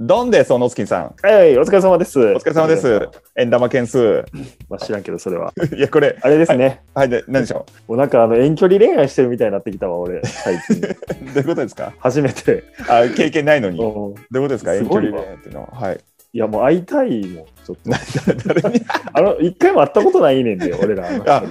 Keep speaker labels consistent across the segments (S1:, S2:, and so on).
S1: どんです、小野月さん。
S2: はい、お疲れ様です。お
S1: お疲れ様です。円玉件数。
S2: まあ、知らんけど、それは。
S1: いや、これ、
S2: あれですね。
S1: はい、で何でしょ
S2: もうなんか、あの、遠距離恋愛してるみたいになってきたわ、俺、最近。
S1: う。 どういうことですか
S2: 初めて。
S1: あ経験ないのに。どういう
S2: うん
S1: ことですか
S2: す
S1: 遠距
S2: ご
S1: 離
S2: い
S1: 恋
S2: わ
S1: 愛っていうのは。はい。
S2: いや、もう会いたいもん、ちょっと。
S1: 誰に
S2: あの、一回も会ったことないねんで、俺ら。
S1: あ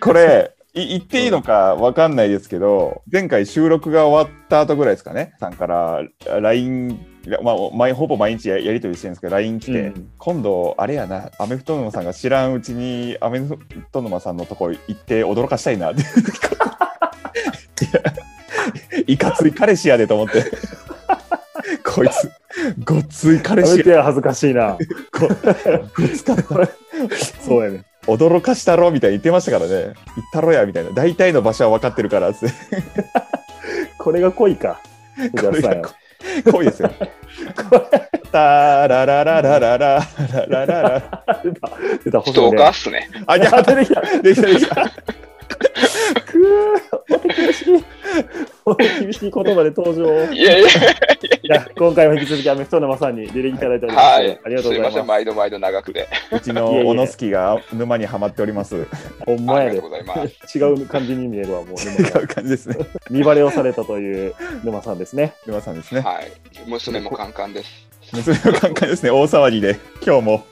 S1: これ、い言っていいのかわかんないですけど、前回収録が終わった後ぐらいですかね、さんから LINE、まあ、毎ほぼ毎日ややり取りしてるんですけど、LINE 来て、
S2: うん
S1: 今度、あれやな、アメフト沼さんが知らんうちに、アメフト沼さんのとこ行って驚かしたいなって。い やいかつい彼氏やでと思って。こいつ、ごっつい彼
S2: やめ
S1: 氏
S2: て
S1: や。
S2: や、恥ずかしいな。
S1: ごごつかった。
S2: そうやね。
S1: 驚かしたろみたいに言ってましたからね。行ったろやみたいな。大体の場所は分かってるからっつっ
S2: これが恋か。じゃあさ
S1: て。濃いですよ。タララララララララララ。
S2: 出た、出た、
S3: ストーカー
S2: ね
S3: っ。すね。
S1: あ、い
S2: い
S1: や
S2: や、、出てきた。
S1: できたできた。
S2: くー、お手厳しい。お手厳しい言葉で登場。
S3: いやいや、
S2: いや、今回も引き続きアメフト沼さんに履歴いただいております。
S3: はい。
S2: ありがとうございます
S3: すいません、毎度毎度長くて。
S1: うちの小野好きが沼にはまっております。
S2: ほんま
S3: あり
S2: や
S3: がとう
S2: で
S3: ご。ざいます。
S2: 違う感じに見えるわ、もう
S1: 違
S2: 沼が。
S1: う感じですね。
S2: 見バレをされたという沼さんですね。
S1: 沼さんですね。
S3: はい。娘もカンカンです。
S1: 娘の感覚ですね。大騒ぎで、今日も、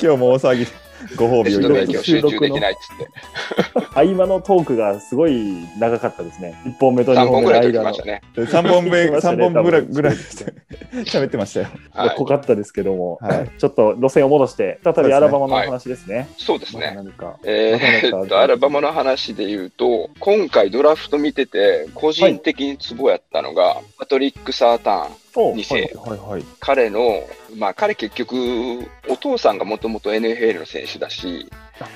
S1: 今日も大騒ぎで、ご褒美
S3: テ
S1: をい
S3: スト
S1: ただい
S3: 勉
S1: て
S3: 強
S1: ます。
S3: 集中できないっつって。
S2: 合間のトークがすごい長かったですね。1本目と2
S3: 3
S2: 本
S3: 本
S2: 目
S3: ぐ
S2: の
S3: ら
S2: 間の
S3: い撮りまし。たね。
S1: 3本目、三本ぐらい、ぐらい
S2: そう
S1: 喋ってましたよ。
S2: いや
S3: はい
S2: 濃。かったですけども、
S1: はい
S2: ちょっと路線を戻して、再びアラバマのお話ですね。
S3: そうです
S2: また
S3: ね。
S2: 何か。
S3: え
S2: また
S3: ー
S2: な
S3: っ
S2: んか
S3: と、アラバマの話で言うと、今回ドラフト見てて、個人的にツボやったのが、パトリック・サーターン。
S2: お
S3: 二
S2: は
S3: 世
S2: い
S1: はいはい。
S3: 彼の、まあ彼結局、お父さんがもともと NFL の選手だし、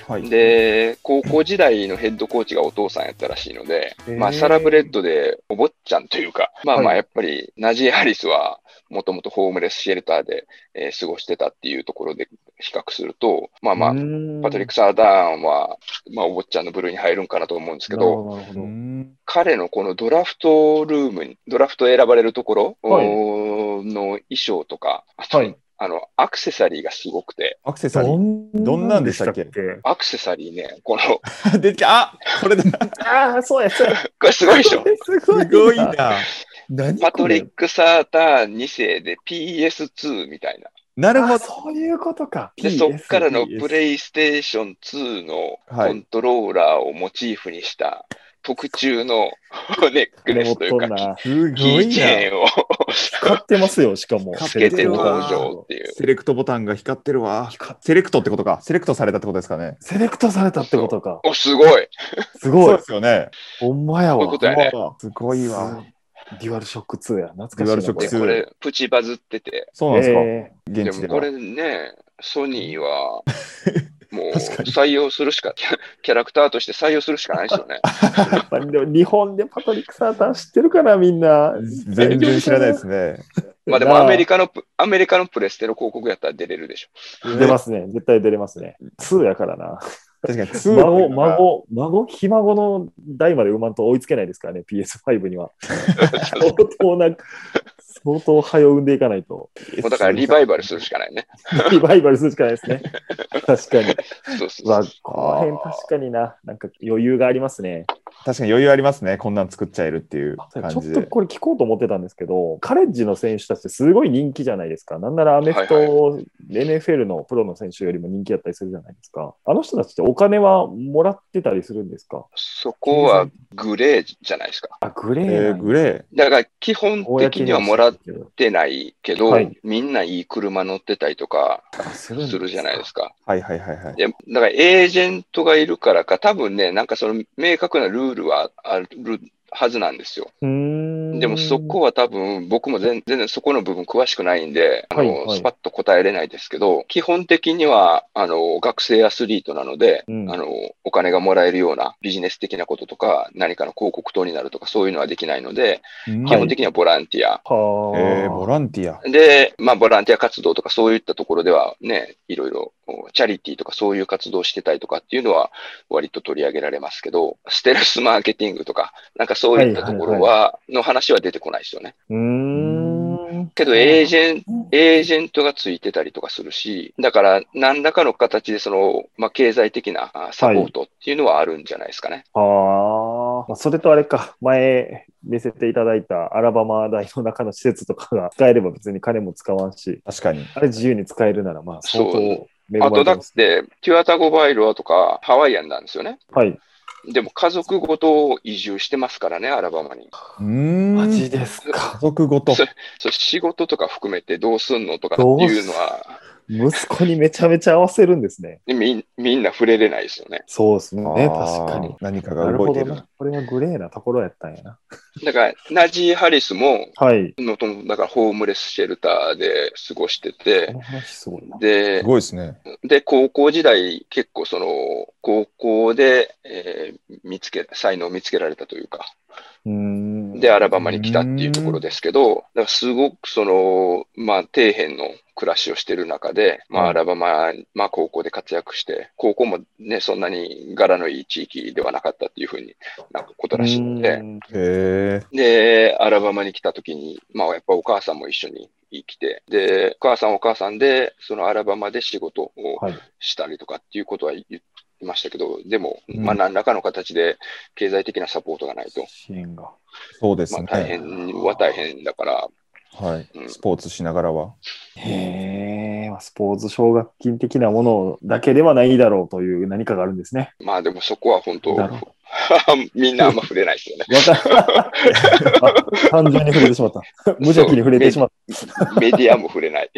S1: はい。
S3: で、高校時代のヘッドコーチがお父さんやったらしいので、
S2: へー
S3: まあ、サラブレッドでお坊ちゃんというか、まあま
S2: は
S3: あ、
S2: い
S3: やっぱり、ナジー・ハリスは、もともとホームレスシェルターで、えー過ごしてたっていうところで比較すると、まあまあ、パトリッ
S2: ク
S3: ク・サーダーンは、まあ、お坊ちゃんの部類に入るんかなと思うんですけど、
S2: なるほ
S1: う
S2: ど。なる
S1: ん
S3: 彼のこのドラフトルームに、ドラフト選ばれるところ
S2: はい
S3: おーの衣装とか、あと
S2: はい
S3: あの、アクセサリーがすごくて、
S1: アクセサ
S2: ほ
S1: リ
S2: ど
S1: ー。ど
S2: ど
S1: んなんでしたっけ
S3: アクセサリーね、この、
S1: 出てきた。あこれだ。
S2: ああ、そうや、そうや。
S3: これすごいで しょ
S2: す
S1: すごいな。
S2: 何
S3: パトリック・サーターン2世で PS2 みたいな。
S1: なる
S2: あ
S1: ほど。
S2: そういうことか。
S3: で、
S2: PS
S3: そっからの
S1: PS
S3: プレイステーション2の
S1: はい
S3: コントローラーをモチーフにした特注の ネックレスという
S2: メ
S3: か、
S2: モっとんな
S1: す
S3: キ
S1: ご
S3: ー
S1: い
S3: チ
S1: な
S3: ェ。ーンを
S2: 使ってますよ、しかも。
S1: つ
S3: つけて
S1: る
S3: 登
S1: わ
S3: 場っていう。
S1: セレクトボタンが光ってるわ。セレクトってことか。セレクトされたってことですかね。
S2: セレクトされたってことか。
S3: お、すごい。
S2: す
S1: そ
S2: ご
S1: う
S2: い
S1: で。すよね。
S2: ほんまや
S3: こういう
S2: わ
S3: こ。とやね。
S1: すごいわ。
S2: デュアルショック2や。懐かしいな。
S1: デュアルショック
S3: で、
S1: 普通
S3: これ、プチバズってて。
S1: そう
S2: こ
S1: なん
S2: れ
S1: ですか。
S2: え
S3: で
S1: 現地
S3: も
S1: で
S3: こ
S1: は。
S3: れね、ソニーは、もう
S1: 確かに
S3: 採用するしか、キャキャラクターとして採用するしかないですよね。
S2: ーまあでも日本でパトリック・サーターン知ってるかな、みんな。
S1: 全然知らないですね。
S3: まあでもアメリカのプ、アメリカのプレステの広告やったら出れるでしょ。
S2: 出ますね。絶対出れますね。2やからな。
S1: 確かに2
S2: 孫、孫、孫、ひ孫の代まで産まんと追いつけないですからね、PS5 には。相当な、相当早う産んでいかないと。
S3: もうだからリバイバルす
S1: る。
S3: るしかないね。
S2: リバイバルするしかないですね。確かに。
S3: そうそう
S2: うわ
S3: そう。
S2: この辺確かにな、なんか余裕がありますね。
S1: 確かに余裕ありますね。こんなん作っちゃえるっていう
S2: ち
S1: 感
S2: ょ
S1: じ
S2: っと
S1: で。
S2: これ聞こうと思ってたんですけど、カレッジの選手たちってすごい人気じゃないですか。なんならアメフト、
S3: はい
S2: NFL のプロの選手よりも人気だったりするじゃないですか。あの人たちってお金はもらってたりするんですか
S3: そこはグレーじゃないですか。
S2: あ、グレー
S1: え
S2: な
S1: ー、
S2: んや
S1: グレ
S3: だから基本的にはもらっ
S2: 公には
S3: てないけど、
S2: はい
S3: みんないい車乗ってたりとか
S2: してる
S3: するじゃないですすか。
S1: ー。はいはいはいはい。
S3: でだからエージェントがいるからか、多分ね、なんかその明確なルールはあるはずなんですよ。
S2: か。うーん
S3: でもそこは多分僕も全全然そこの部分詳しくないんで、あの
S2: はいはい
S3: スパッと答えれないですけど、基本的にはあの学生アスリートなので、
S2: うん
S3: あのお金がもらえるようなビジネス的なこととか、何かの広告塔になるとかそういうのはできないので、
S1: うん
S3: 基本的にはボランティア。
S2: はあ、
S1: えー、ボランティア。
S3: で、まあ、ボランティア活動とかそういったところではね、いろいろ、おチャリティーとかそういう活動をしてたりとかっていうのは、割と取り上げられますけど、ステルスマーケティングとか、なんかそういったところは、の話は出てこないですよね。
S2: うーん。
S3: けど、エージェン、エージェントがついてたりとかするし、だから、何らかの形で、その、まあ、経済的なあサポートっていうのはあるんじゃないですかね。
S2: ああ、それとあれか、前見せていただいたアラバマ大の中の施設とかが使えれば別に金も使わんし、
S1: 確かに。
S2: あれ自由に使えるなら、まあ相当
S3: そう
S2: 恵ま
S3: あと、
S2: れ
S3: だ
S2: てま
S3: っ
S2: す。
S3: て、テュアタゴバイロアとか、ハワイアンなんですよね。
S2: はい。
S3: でも、家族ごと移住してますからね、アラバマに。
S1: うーん。
S2: マ
S1: 家
S2: ジですか。
S1: 族ごと。
S3: そう仕事とか含めてどうすんのとかって
S2: どうす
S3: いうのは、
S2: 息子にめちゃめちゃ合わせるんですね。
S3: みんみんな触れれないですよね。
S2: そうですね。
S1: あ
S2: 確
S1: ー
S2: かに。。
S1: 何か
S2: な
S1: が
S2: る
S1: 動い
S2: ほ
S1: て
S2: ど
S1: いる。、
S2: な。これはグレーなところやったんやな。
S3: だから、ナジー・ハリスも、
S2: はい。
S3: のともだからホームレスシェルターで過ごして
S2: こ
S3: て、
S2: の話すごいな。
S3: です
S1: ごいですね。
S3: で、高校時代、結構その、高校で、えー見つけ、才能を見つけられたというか、
S2: うーん。
S3: で、アラバマに来たっていうところですけど、だからすごくその、まあ、底辺の暮らしをしてる中で、ま
S2: うん
S3: あ、アラバマ、まあ、高校で活躍して、高校もね、そんなに柄のいい地域ではなかったっていうふうになんかことらしいので
S2: うー、ん
S1: へえ。
S3: で、アラバマに来た時に、まあやっぱお母さんも一緒に来て、で、お母さんはお母さんで、そのアラバマで仕事を
S2: はい
S3: したりとかっていうことは言ってましたけど、でも、
S1: うん
S3: まあ何らかの形で経済的なサポートがないと、
S2: 支援が。
S1: そうです
S3: まあ
S1: ね。
S3: 大変は大変だから、
S1: はい。
S3: うん
S1: スポーツしながらは。
S2: へえ、まあスポーツ奨学金的なものだけではないだろうという何かがあるんですね。
S3: まあでもそこは本当
S2: なるほ、
S3: みんなあんま触れないですよ ね。
S2: わかあ 単純に触れてしまった。無邪気に触れてしまっ
S3: メディアも触れない。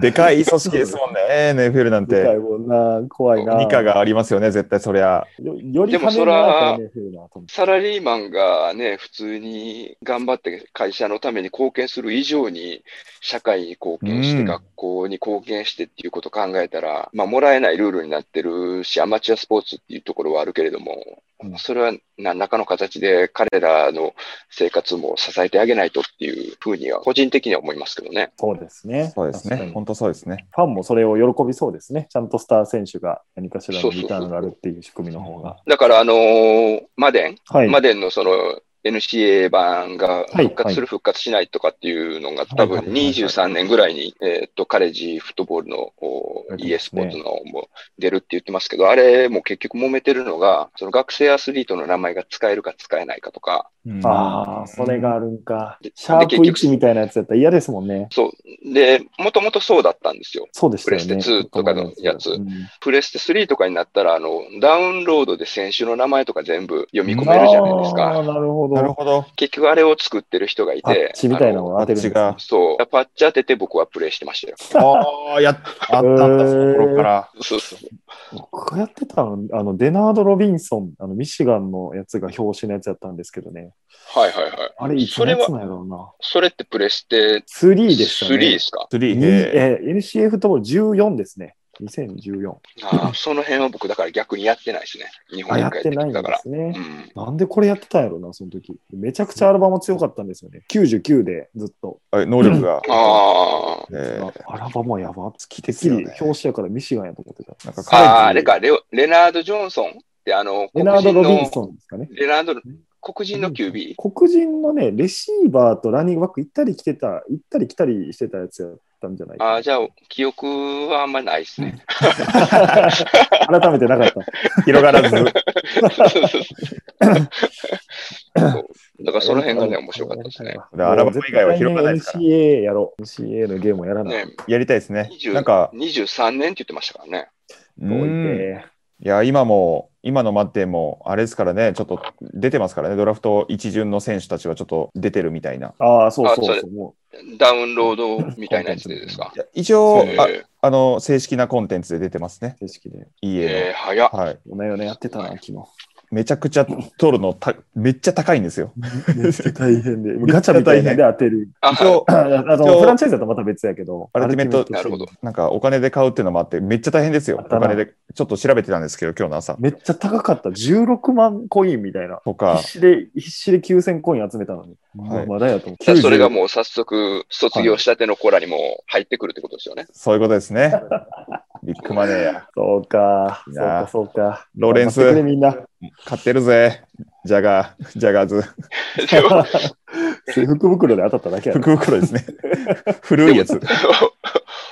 S1: でかい組織ですもんね、NFL なん
S2: た。でかい
S1: て。
S2: もんな、怖いな。
S1: 二課がありますよね、絶対そりゃ。
S2: よより
S3: でも
S2: 羽
S3: そ
S2: に
S3: ら
S2: なったね、冬の後も
S3: サラリーマンがね、普通に頑張って会社のために貢献する以上に、社会に貢献し
S1: う
S3: て、
S1: ん
S3: 学校に貢献してっていうことを考えたら、まあ、もらえないルールになってるし、アマチュアスポーツっていうところはあるけれども
S2: うん、
S3: それは何らかの形で彼らの生活も支えてあげないとっていうふうには、個人的には思いますけどね。
S2: そうですね。
S1: そうです
S2: 確か
S1: ね。
S2: に
S1: 本当そうですね。
S2: ファンもそれを喜びそうですね。ちゃんとスター選手が何かしら
S3: そ
S2: の
S3: うそう
S2: リ
S3: そう
S2: ターンがあるっていう仕組みの方が。
S3: だから、あのーマデン、
S2: はい。
S3: マデンのその NCA 版が
S2: はい
S3: 復活する、復活しないとかっていうのが、
S2: い
S3: 多分
S2: はいはいはい
S3: 23年ぐらいに、えーっと、カレッジフットボールのお
S2: やりますね
S3: EA スポーツのも出るって言ってますけど、あれも結局揉めてるのが、その学生アスリートの名前が使えるか使えないかとか、
S2: ああ、それがあるんか
S3: で。
S2: シャープ
S3: で結
S2: 1
S3: 局
S2: みたいなやつやったら嫌ですもんね。
S3: そう、で、もともとそうだったんですよ。
S2: そうでしたよね。
S3: プレステ2とかのやつ
S2: うん
S3: プレステ3とかになったら、あの、ダウンロードで選手の名前とか全部読み込めるじゃないです
S2: あ
S3: か。
S2: ーなるほ
S1: なる
S2: ど。
S1: ほど。
S3: 結局あれを作ってる人がい
S2: パッ
S3: て、
S2: チみたいなのを当てるんですね
S1: あっ
S3: そう、パッチ当てて僕はプレイしてましたよ。
S1: ああ、やっあったんだ、その頃から。
S3: そうそう
S2: 僕がやってたの、あの、デナード・ロビンソン、あの、ミシガンのやつが表紙のやつやったんですけどね。
S3: はいはいはい。
S2: あれ、いつのやつなんやろうな。
S3: それってプレステ
S2: 3でしたね。
S3: 3ですか
S1: スリー
S2: に
S1: へ
S2: えー NCF とも14ですね。2014。
S3: あーその辺は僕だから逆にやってないですね。日本
S2: あ、
S3: に
S2: やっ
S3: 帰ってて
S2: ない
S3: き
S2: ん
S3: た
S2: で
S3: から。
S2: すね
S3: う。ん、
S2: なんでこれやってたんやろうな、その時。めちゃくちゃアルバマ強かったんですよね。99でずっと。
S1: え。能力が。
S3: あー
S1: えー
S2: アラバマやば。月
S1: で
S2: 的
S1: すよね
S2: に表紙やからミシガンやと思ってた。
S1: なんか
S3: あー、あ
S1: 彼
S3: れかレオ、レナード・ジョンソンってあの、
S2: レ
S3: 黒
S2: ナード・
S3: 人
S2: ロビン
S3: の、
S2: ソンですかね。
S3: レナード、黒人の QB。
S2: 黒人のね、レシーバーとランニングバック行ったり来てた、行ったり来たりしてたやつやったんじゃないかな
S3: あーじゃあ、記憶はあんまないですね。
S2: 改めてなかった。
S1: 広がらず。
S3: そうそうそうそうだから その辺がね、面白かったです ね。
S1: だからアラバマ以外は広がらないですから
S2: 絶対に NCA やろう。NCA のゲームをやらない。
S3: ね
S1: やりたいですね。
S3: 20
S1: なんか、
S3: 23年って言ってましたからね。
S1: う
S2: どうい
S1: ん。
S2: て
S1: いや、今も、今のマッテンも、あれですからね、ちょっと出てますからね、ドラフト一巡の選手たちはちょっと出てるみたいな。
S2: ああ、そうそ
S3: あ
S2: う
S3: そ
S2: そう。も
S3: ダウンロードみたいなやつでですか
S1: い。や一応、
S3: え
S1: あ
S3: ー
S1: あの、正式なコンテンツで出てますね、
S2: う正式で。
S1: EA
S3: えー、早っ
S1: の。。はい。
S2: 夜な夜なやってたな、昨日。
S1: めちゃくちゃ取るのた、めっちゃ高いんですよ。
S2: めっちゃ大変で。
S1: っちゃ大変
S2: ガチャみたいなんで当てる。
S3: あ
S1: 一応、
S2: あのフランチャイズだとまた別やけど。
S1: アルティメット
S3: なるほど。
S1: なんかお金で買うっていうのもあって、めっちゃ大変ですよ。
S2: あ
S1: お
S2: ったな
S1: 金で、ちょっと調べてたんですけど、今日の朝。
S2: めっちゃ高かった。16万コインみたいな。
S1: とか
S2: 必、死で、必死で9000コイン集めたのに。
S1: はい
S2: まだやと思っ
S3: だ
S2: て。
S3: からそれがもう早速、卒業したての子らにも入ってくるってことですよね。
S1: そういうことですね。ビッグマネーや。
S2: そうか。
S1: い
S2: そう
S1: やー
S2: か、そうか。
S1: ローレンス
S2: 頑張ってくれみんな。
S1: 買ってるぜ。ジャガー、ジャガーズ、
S3: でも、
S2: それ福袋で当たっただけやな。
S1: 福袋ですね。古いやつ。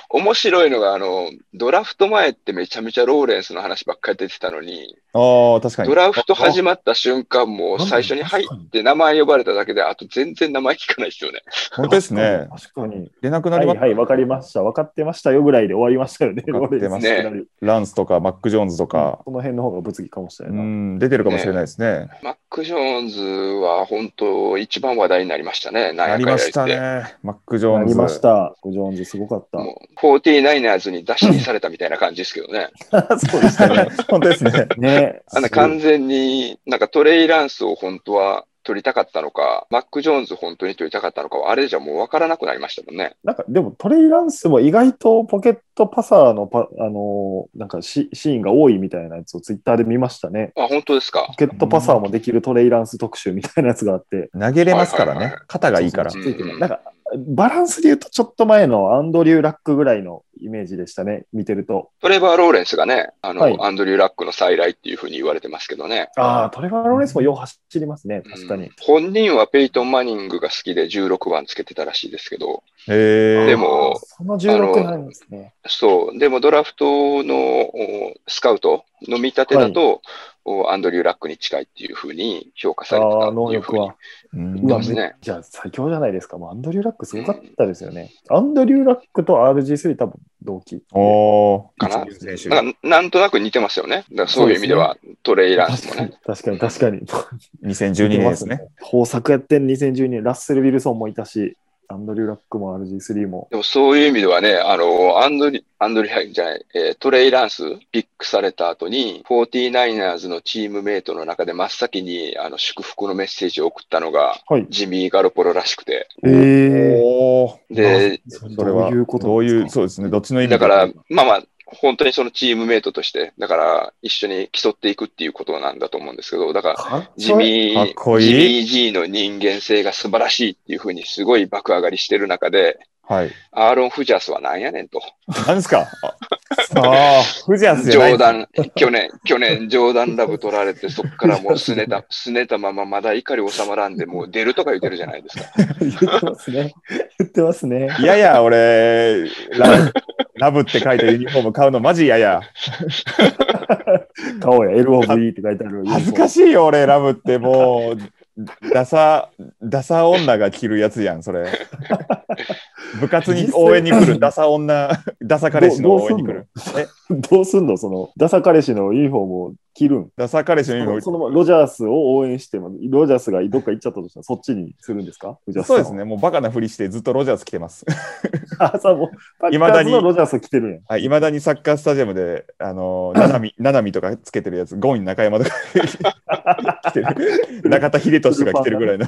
S3: 面白いのが、あの、ドラフト前ってめちゃめちゃローレンスの話ばっかり出てたのに、
S1: ああ、確かに
S3: ド。ラフト始まった瞬間、もう最初に入って名前呼ばれただけで、あと全然名前聞かないですよね。
S1: 本当ですね。
S2: 確かに。
S1: 出なくな
S2: は
S1: り
S2: い
S1: ました、
S2: はい、わかりました。分かってましたよぐらいで終わりましたよね。
S1: わかってます
S3: ね
S2: ローレンス下り
S1: ランスとかマック・ジョーンズとか、
S2: この辺の方が物議かもしれ
S1: う
S2: ないな。
S1: ん、出てるかもしれないですね。
S3: マック・ジョーンズは本当、一番話題になりましたね、なん
S1: な
S3: や
S1: り
S3: か
S1: ま
S3: んや言っ
S1: してたね。マック・ジョー
S2: な
S1: ンズ。
S2: りました。ジョーンズすごかった。
S3: もう、49ers に出しにされたみたいな感じですけどね。
S2: そうでしたね。
S1: 本当ですね。
S2: ね。
S3: あの完全になんかトレイランスを本当は取りたかったのか、マック・ジョーンズ本当に取りたかったのかは、あれじゃもう分からなくなりましたもんね。
S2: なんかでもトレイランスも意外とポケットパサーのパ、あのーなんかシシーンが多いみたいなやつをツイッターで見ましたね。
S3: あ、本当ですか
S2: ポ。ケットパサーもできるトレイランス特集みたいなやつがあって、
S1: 投げれますから
S3: はいはい
S1: ね
S3: は。
S1: 肩がいいから
S2: そ。うそうついてない
S3: うん
S2: なんかバランスで言うとちょっと前のアンドリュー・ラックぐらいのイメージでしたね、見てると。
S3: トレバー・ローレンスがね、あの、
S2: はい
S3: アンドリュー・ラックの再来っていうふうに言われてますけどね。
S2: ああ、トレバー・ローレンスもよう走りますね、確か
S3: う
S2: に
S3: ん。本人はペイトン・マニングが好きで16番つけてたらしいですけど、
S1: へえ。
S3: でも
S2: あーその16なんですね。
S3: そう、でもドラフトのおスカウトの見立てだと、おアンドリュー・ラックに近いっていうふうに評価
S2: あ
S3: されてた
S2: あー、
S3: って
S2: 能
S3: いうふ
S2: 力
S3: うに
S2: は。
S1: うん
S2: うわ、
S3: で
S2: め
S3: すね
S2: じゃあ最強じゃないですか。もうアンドリュー・ラックすごかったですよね。アンドリュー・ラックと RG3 多分同期。
S1: おー
S3: か
S1: 一
S3: な
S1: 流選手
S3: なんかなんとなく似てますよね。だからそういう意味では、トレイランスもね。
S2: 確かに確かに確かに。
S1: 2012年ですね。。
S2: 豊作やってん2012年、ラッセル・ウィルソンもいたし、アンドリュー・ラックも RG3 も。
S3: でもそういう意味ではね、あの、アンドリ、アンドリハじゃない、えートレイランスピックされた後に、49ers のチームメイトの中で真っ先に、あの、祝福のメッセージを送ったのが、
S2: はい。
S3: ジミー・ガロポロらしくて。
S2: えー、
S1: おお。
S3: で、
S2: そ
S1: それは、
S2: どういうこと
S1: どういう、そうですね。どっちの意味
S3: だから
S1: う、
S3: まあまあ、本当にそのチームメイトとして、だから一緒に競っていくっていうことなんだと思うんですけど、だから、ジミー、
S1: かっこいい
S3: ジミー G の人間性が素晴らしいっていうふうにすごい爆上がりしてる中で、
S1: はい。
S3: アーロン・フジャースはなんやねんと。
S1: 何です かああー、フジアスじゃない
S3: 冗談、去年、去年、冗談ラブ取られて、そこからもうすねた、すねたまま、まだ怒り収まらんで、もう出るとか言ってるじゃないですか。
S2: 言ってます ね。言ってますね。
S1: いやいや、俺、ラブ、ラブって書いたユニフォーム買うのマジ嫌や。
S2: 顔や LOV って書いてある。
S1: 恥ずか
S2: しい。
S1: しいよ、俺、ラブってもう、ダサ、ダサ女が着るやつやん、それ。部活に応援に来る、ダサ女、ダサ彼氏の応援に来る。え、
S2: どうすんのその、ダサ彼氏のユニフォームを着るん。
S1: ダサ彼氏のユニフォーム
S2: そのままロジャースを応援しても、ロジャースがどっか行っちゃったとしたら、そっちにするんですかロジャースさ
S1: そう
S2: んは
S1: ですね、もうバカなふりしてずっとロジャース来てます。
S2: あ、さもう、パッ
S1: 未
S2: カ
S1: だ
S2: ー
S1: に
S2: ズのロジャース来てるやん。
S1: はいまだにサッカースタジアムで、あのー、な なみ、ななみとかつけてるやつ、ゴン中山とか来て る、中田秀俊が来てるぐらいの、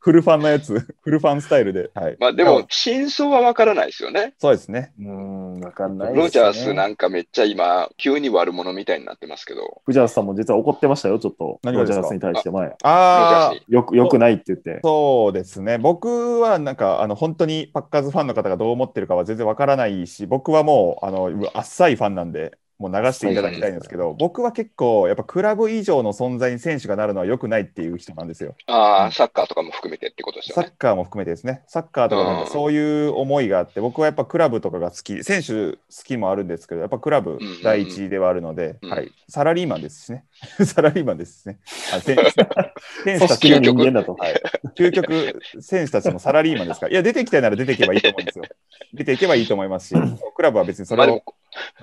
S1: フルファンのやつ、フルファンスタイルで、はい。
S3: まあで
S1: あ
S3: も、真相はわからないですよね。
S1: そうですね。
S2: うん、わかんないですね
S3: ロジャースなんかめっちゃ今、急に悪者みたいになってますけど、
S2: ロジャースさんも実は怒ってましたよ、ちょっと。
S1: 何が
S2: ロ
S1: で
S2: ジ
S1: す
S2: ャ
S1: か
S2: ースに対して前。
S3: ロジャー
S1: ああ
S3: スに、。
S2: よく、よくないって言って。
S1: そうですね、僕はなんか、あの本当にパッカーズファンの方がどう思ってるかは全然わからないし、僕はもう、あのうあっさいファンなんで、もう流していただきたいんですけど、僕は結構、やっぱクラブ以上の存在に選手がなるのは良くないっていう人なんですよ。
S3: ああ、サッカーとかも含めてってことです
S1: サ
S3: よね
S1: ッ。カーも含めてですね、サッカーとかなん
S3: うん
S1: かそういう思いがあって、僕はやっぱクラブとかが好き、選手好きもあるんですけど、やっぱクラブ
S3: うん
S1: 第一ではあるので、
S3: うん
S1: はい、サラリーマンですしね、 サラリーマンですしね、あ選 選手
S2: 組
S1: た
S2: 織
S1: ち
S2: の
S1: の
S2: 人間だと。
S1: はい、究極、選手たちもサラリーマンですから、いや、出ていきたいなら出ていけばいいと思うんですよ。出ていけばいいと思いますし、クラブは別にそ
S3: まあ
S1: れ
S3: で
S1: を
S3: も、、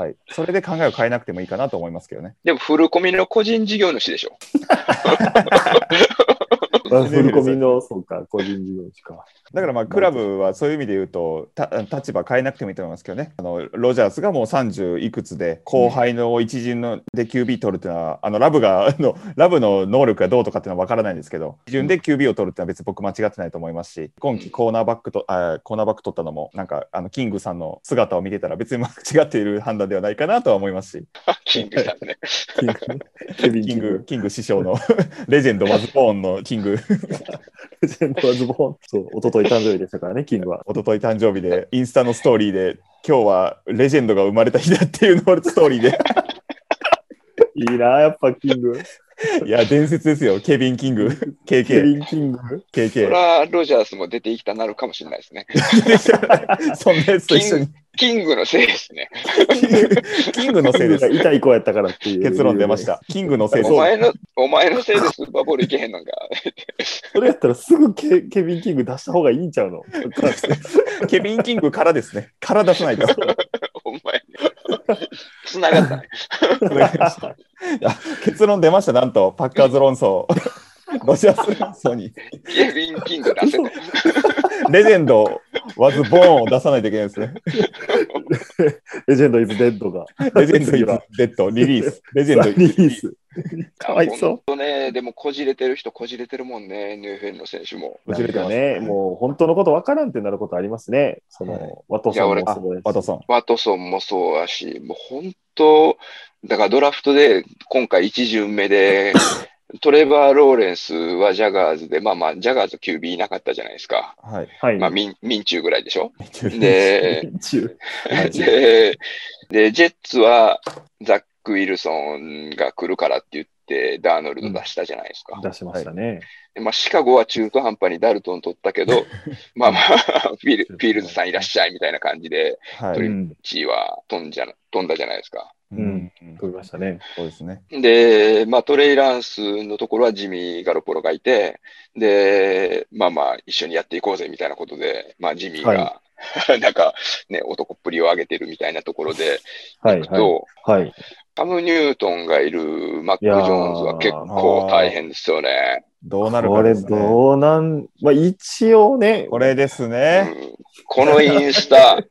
S1: はい、それで考えを変えなくてもいいかなと思いますけどね。
S3: でもフルコミの個人事業主でし ょ。
S2: まあフルコミの、そうか、個人事業主か。
S1: だからまあクラブはそういう意味で言うとた立場変えなくてもいいと思いますけどねあのロジャースがもう30いくつで後輩の一陣ので QB 取るっていうのは、あのラブが あのラブの能力がどうとかっていうのは分からないんですけど基準で QB を取るっていうのは別に僕間違ってないと思いますし今季コーナーバックとあコーナーバック取ったのもなんかあのキングさんの姿を見てたら別に間違っている判断ではないかなとは思いますし
S3: キングさんね。
S2: キングケビン・
S1: キ
S2: キ
S1: ン
S2: ン
S1: グ
S2: グ。
S1: キング師匠の レジェンドマズボーンのキング
S2: レジェンドはズボン。そう、一昨日誕生日でしたからね、キングは。
S1: 一昨日誕生日 で、インスタのストーリー で、今日はレジェンドが生まれた日だっていうのをストーリーで、
S2: いいな、やっぱキング。
S1: いや、伝説ですよ。ケビン・キング。
S2: ケ
S1: KK。
S2: ビン・キング。
S3: そ
S1: KK。
S3: ら、ロジャースも出ていきたなるかもしれないですね。
S1: そんなやつと一緒に。
S3: キングのせいですね。
S1: キングキングのせい です。
S2: 痛い子やったからっていう。
S1: 結論出まし。た。キングのせい
S3: お
S1: そう。
S3: 前の、お前のせいでスーパーボールいけへんのか。
S2: それやったらすぐケケビン・キング出した方がいいん ちゃうの
S1: ケビン・キングからですね。から出さないと。
S3: お前、繋がったね。
S1: わかりましたあ結論出ました。なんと、パッカーズ論 争。ロシアス論争に。
S3: ケビン・キング出せた。
S1: レジェンド、わずボーンを出さないといけないですね。
S2: レジェンド・イズ・デッドが。
S1: レジェンドイ
S2: 次
S1: ズ
S2: は
S1: デッド、リリース。レジ
S2: リ
S1: ェンドイズ
S2: リース。かわいそう
S3: 本当ね、でもこじれてる人、こじれてるもんね、NFL の選手も。
S1: 忘
S2: なん
S1: れて
S2: か
S1: ます
S2: ね、もう本当のことわからんってなることありますね。その、
S1: はい
S2: ワトソン
S3: いや
S2: もそうです。
S1: ワトソン。
S3: ワトソンもそうやし、もう本当、だからドラフトで今回1巡目 で、トレバー・ローレンスはジャガーズで、まあまあ、ジャガーズ QB いなかったじゃないですか。
S1: はい。
S2: はい。
S3: まあ、ミン、ミンチューぐらいで しょ。
S2: ピ
S3: で、
S2: ンチュ
S1: はい
S3: で、で、ジェッツはザック・ウィルソンが来るからって言って、ダーノルド出したじゃないですか。
S2: 出しましたね。
S3: でまあ、シカゴは中途半端にダルトン取った けど、まあまあ、フィールフィールズさんいらっしゃいみたいな感じで、
S1: は
S2: う
S1: い。
S2: ん、
S3: 地位は飛んじゃな飛んだじゃないですか。
S1: う
S2: うんん。取りましたね。
S1: そうですね。
S3: で、まあ、トレイランスのところはジミー・ガロポロがいて、で、まあまあ、一緒にやっていこうぜみたいなことで、まあ、ジミーが、 なんか、ね、男っぷりを上げてるみたいなところで、
S2: はい、
S3: 行く
S2: はい。
S3: と、
S2: はい。
S3: サム・ニュートンがいるマック・ジョーンズは結構大変ですよね。
S1: どうなる
S2: こ
S1: か
S2: れ
S1: ですね。
S2: どうなん、まあ一応ね、
S1: これです
S3: う
S1: ね。
S3: ん、このインスタ、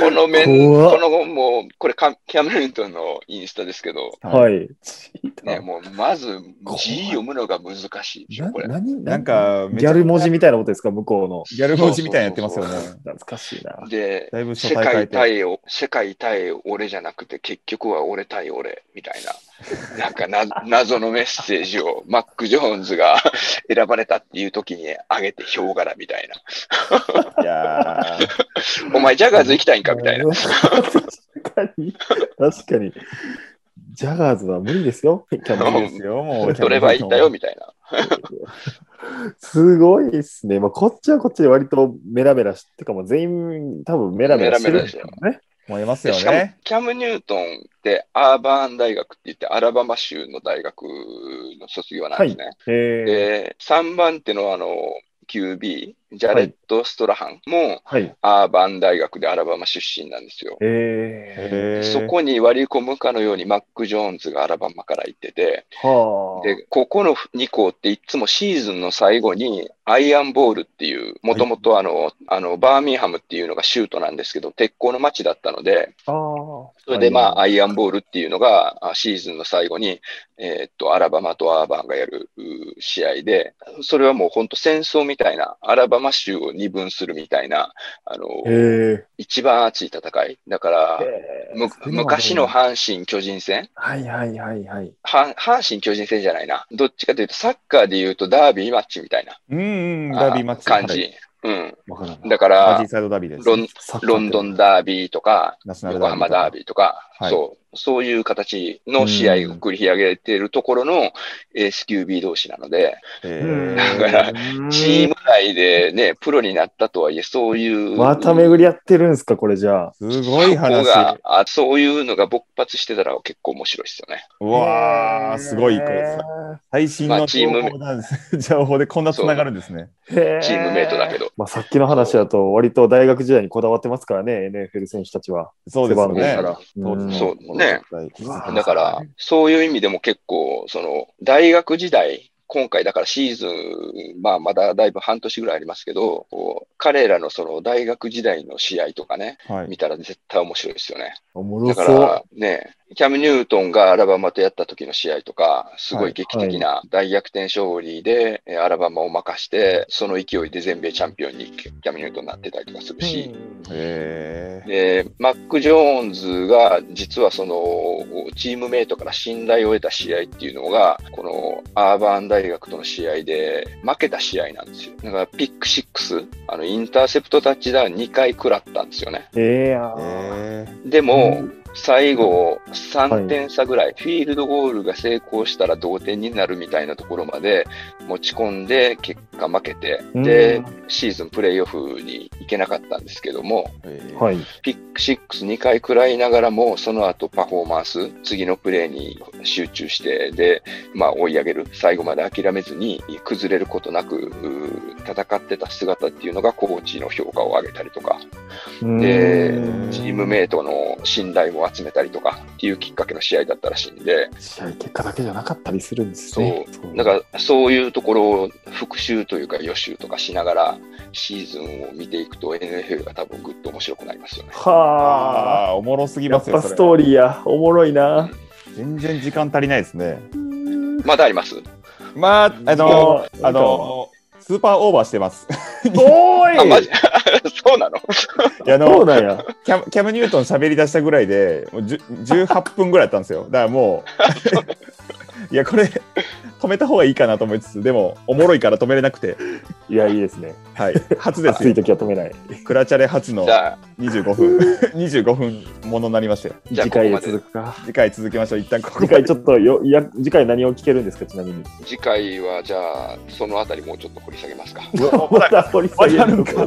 S3: この面、
S2: 怖っ
S3: このもう、これカ、キャメル・ニュートンのインスタですけど、
S1: い。
S2: はい。
S3: ね、もう、まず
S2: 怖い
S3: 字読むのが難しいでしょ、
S2: な
S3: これ。
S2: 何
S1: なん、か、め
S2: ギ
S1: ちゃ
S2: ャル文字みたいなことですか、向こうの。
S1: ギャル文字みたいにやってますよね。
S2: 懐かしいな。
S3: で、
S1: だいぶ初
S3: 世
S1: 大会で。
S3: 界対お、世界対俺じゃなくて、結局は俺対俺みたい な、なんかな謎のメッセージをマック・ジョーンズが選ばれたっていう時に上げてヒョウ柄みたい
S1: いやー
S3: な、お前、ジャガーズ行きたいんかみたいな、
S2: 確かに。確かに。ジャガーズは無理ですよ。キャ
S1: い
S2: メ
S1: いです よ、もう。
S3: 取れば行ったよみたいな。
S2: ルすごいですね。まあ、こっちはこっちで割とメラメラしてかもう全員多分メラメラしてるんですよね。
S1: 思います
S3: で
S1: よ
S3: しかも
S1: ね。、
S3: キャム・ニュートンってアーバーン大学って言って、アラバマ州の大学の卒業なんですね。
S2: へえ。
S3: で、3番手のあの、QB、ジャレット・ストラハンも
S2: はい。
S3: アーバン大学でアラバマ出身なんですよ。
S2: へ
S1: へ
S2: え。
S1: ー
S3: そこに割り込むかのようにマック・ジョーンズがアラバマから行ってて、
S2: はあ。
S3: で、ここの2校っていつもシーズンの最後にアイアンボールっていう、もともとあの、あの、バーミンハムっていうのが州都なんですけど、鉄鋼の町だったので、
S2: ああ。
S3: それでまあ、
S2: あ、
S3: アイアンボールっていうのが、あシーズンの最後に、えーっと、アラバマとアーバンがやるう試合で、それはもう本当戦争みたいな、アラバマ州を二分するみたいな、あの、
S2: へえ。
S3: 一番熱い戦い。だから、む
S2: それは
S3: 昔の阪神・巨人戦
S2: はいはいはいはい。
S3: 阪阪神巨人戦じゃないな。どっちかというと、サッカーで言うとダービーマッチみたいな
S1: うんうん、ダービーマッチ。は
S3: 感
S1: い
S3: じ。うん。
S2: わからんな
S3: だか
S1: マジー
S3: ら、
S1: サイドダービーです。
S3: ロン
S2: サッカーって
S3: ロンドンダービーとか、
S1: ナショナル
S3: 横浜ダ
S1: ビ
S3: ー
S1: ー
S3: ビーとか、
S1: はい
S3: そう、そういう形の試合を繰り上げているところのエース QB 同士なので、
S1: とか。へ
S2: うん
S1: ー
S3: だからチーム内でね、プロになったとはいえ、そういう、
S2: また巡り合ってるんですか、これじゃあ。
S1: すごい
S3: ここが
S1: 話。
S3: あそういうのが勃発してたら結構面白いですよね。
S1: うわあ、すごい。これ最新
S3: ま
S1: の
S3: あチー
S1: 情
S3: ム
S1: 報なんです。 情報でこんなつながるんですね。
S2: へ
S3: チームメイトだけ。ど。
S2: まあ、さっきの話だと、割と大学時代にこだわってますからね、NFL 選手たちは。
S1: そうですよね。
S2: 背号
S3: 番
S2: から
S1: 当時の
S3: そう
S1: この
S3: ね
S1: 状態
S3: だから、そういう意味でも結構、その、大学時代、今回だからシーズン、まあまだだいぶ半年ぐらいありますけど、こう彼らのその大学時代の試合とかね、
S1: はい。
S3: 見たら絶対面白いですよね。
S2: おもろ
S3: だか
S2: そう
S3: ら。ね、キャム・ニュートンがアラバマとやった時の試合とか、すごい劇的な大逆転勝利で、えアラバマを任して、その勢いで全米チャンピオンにキャム・ニュートンになってたりとかするし、
S1: へえ。
S3: で、マック・ジョーンズが実はそのチームメイトから信頼を得た試合っていうのが、このアーバン大学との試合で負けた試合なんですよ。だからピック6、あのインターセプトタッチダウン2回食らったんですよね。
S2: ええや
S1: へー
S3: でも、最後、3点差ぐらい、フィールドゴールが成功したら同点になるみたいなところまで持ち込んで、結果負けて、で、シーズンプレイオフに行けなかったんですけども、
S2: はい。
S3: ピック62回食らいながらも、その後パフォーマンス、次のプレーに集中して、で、まあ追い上げる、最後まで諦めずに崩れることなく、うー戦ってた姿っていうのがコーチの評価を上げたりとか、で
S2: うん
S3: チームメイトの信頼を集めたりとかっていうきっかけの試合だったらしいんで、
S2: 試合結果だけじゃなかったりするんですね。そう
S3: だからそういうところを復習というか予習とかしながら、シーズンを見ていくと NFL が多分ぐっと面白くなりますよね。
S2: はあ。
S1: ああ、おもろすぎ
S2: や
S1: ま
S2: っ
S1: すよ。
S2: ぱ
S1: それ
S2: ストーリーや、おもろいな。
S1: 全然時間足りないですね。
S3: まだあります
S1: まあ、あの、
S2: いや
S1: あ、の、スーパーオーバーしてます。
S2: おい
S3: あ、マジ そうなの
S1: いやあ
S2: そ
S1: の
S2: うなんや。
S1: キャム、キャム・ニュートン喋り出したぐらいで、もうじゅ18分ぐらいだったんですよ。だからもう、 いや、これ、止めた方がいいかなと思いつつ、でも、おもろいから止めれなくて、
S2: いや、いいですね。
S1: はい、初です
S2: 暑
S1: よ
S2: い時は止めない。
S1: クラチャレ初の
S3: じゃあ、
S1: 25分、25分ものになりましたよ。
S3: じゃあ
S2: 次
S3: ここ
S2: 回
S3: ま
S2: へ
S3: で
S2: 続くか。
S1: 次回続けましょう。一旦ここ
S2: 次
S1: まで
S2: 回ちょっとよ、いや、次回何を聞けるんですか、ちなみに。
S3: 次回はじゃあ、そのあたりもうちょっと掘り下げますか。
S2: まだ掘り下げるのか。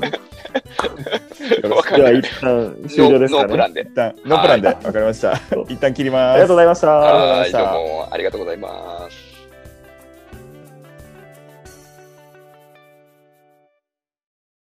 S2: で
S3: わかんな
S2: は、
S3: い。
S2: 一旦 終了
S3: ノ
S2: ですか
S3: ープラ
S2: ね。
S3: ンで。
S1: 一旦ノープランで、
S3: は
S1: わかりました。一旦切ります。
S2: ありがとうございました。
S1: ありがとうございまし
S3: はい、
S1: た
S3: どうもありがとうございます。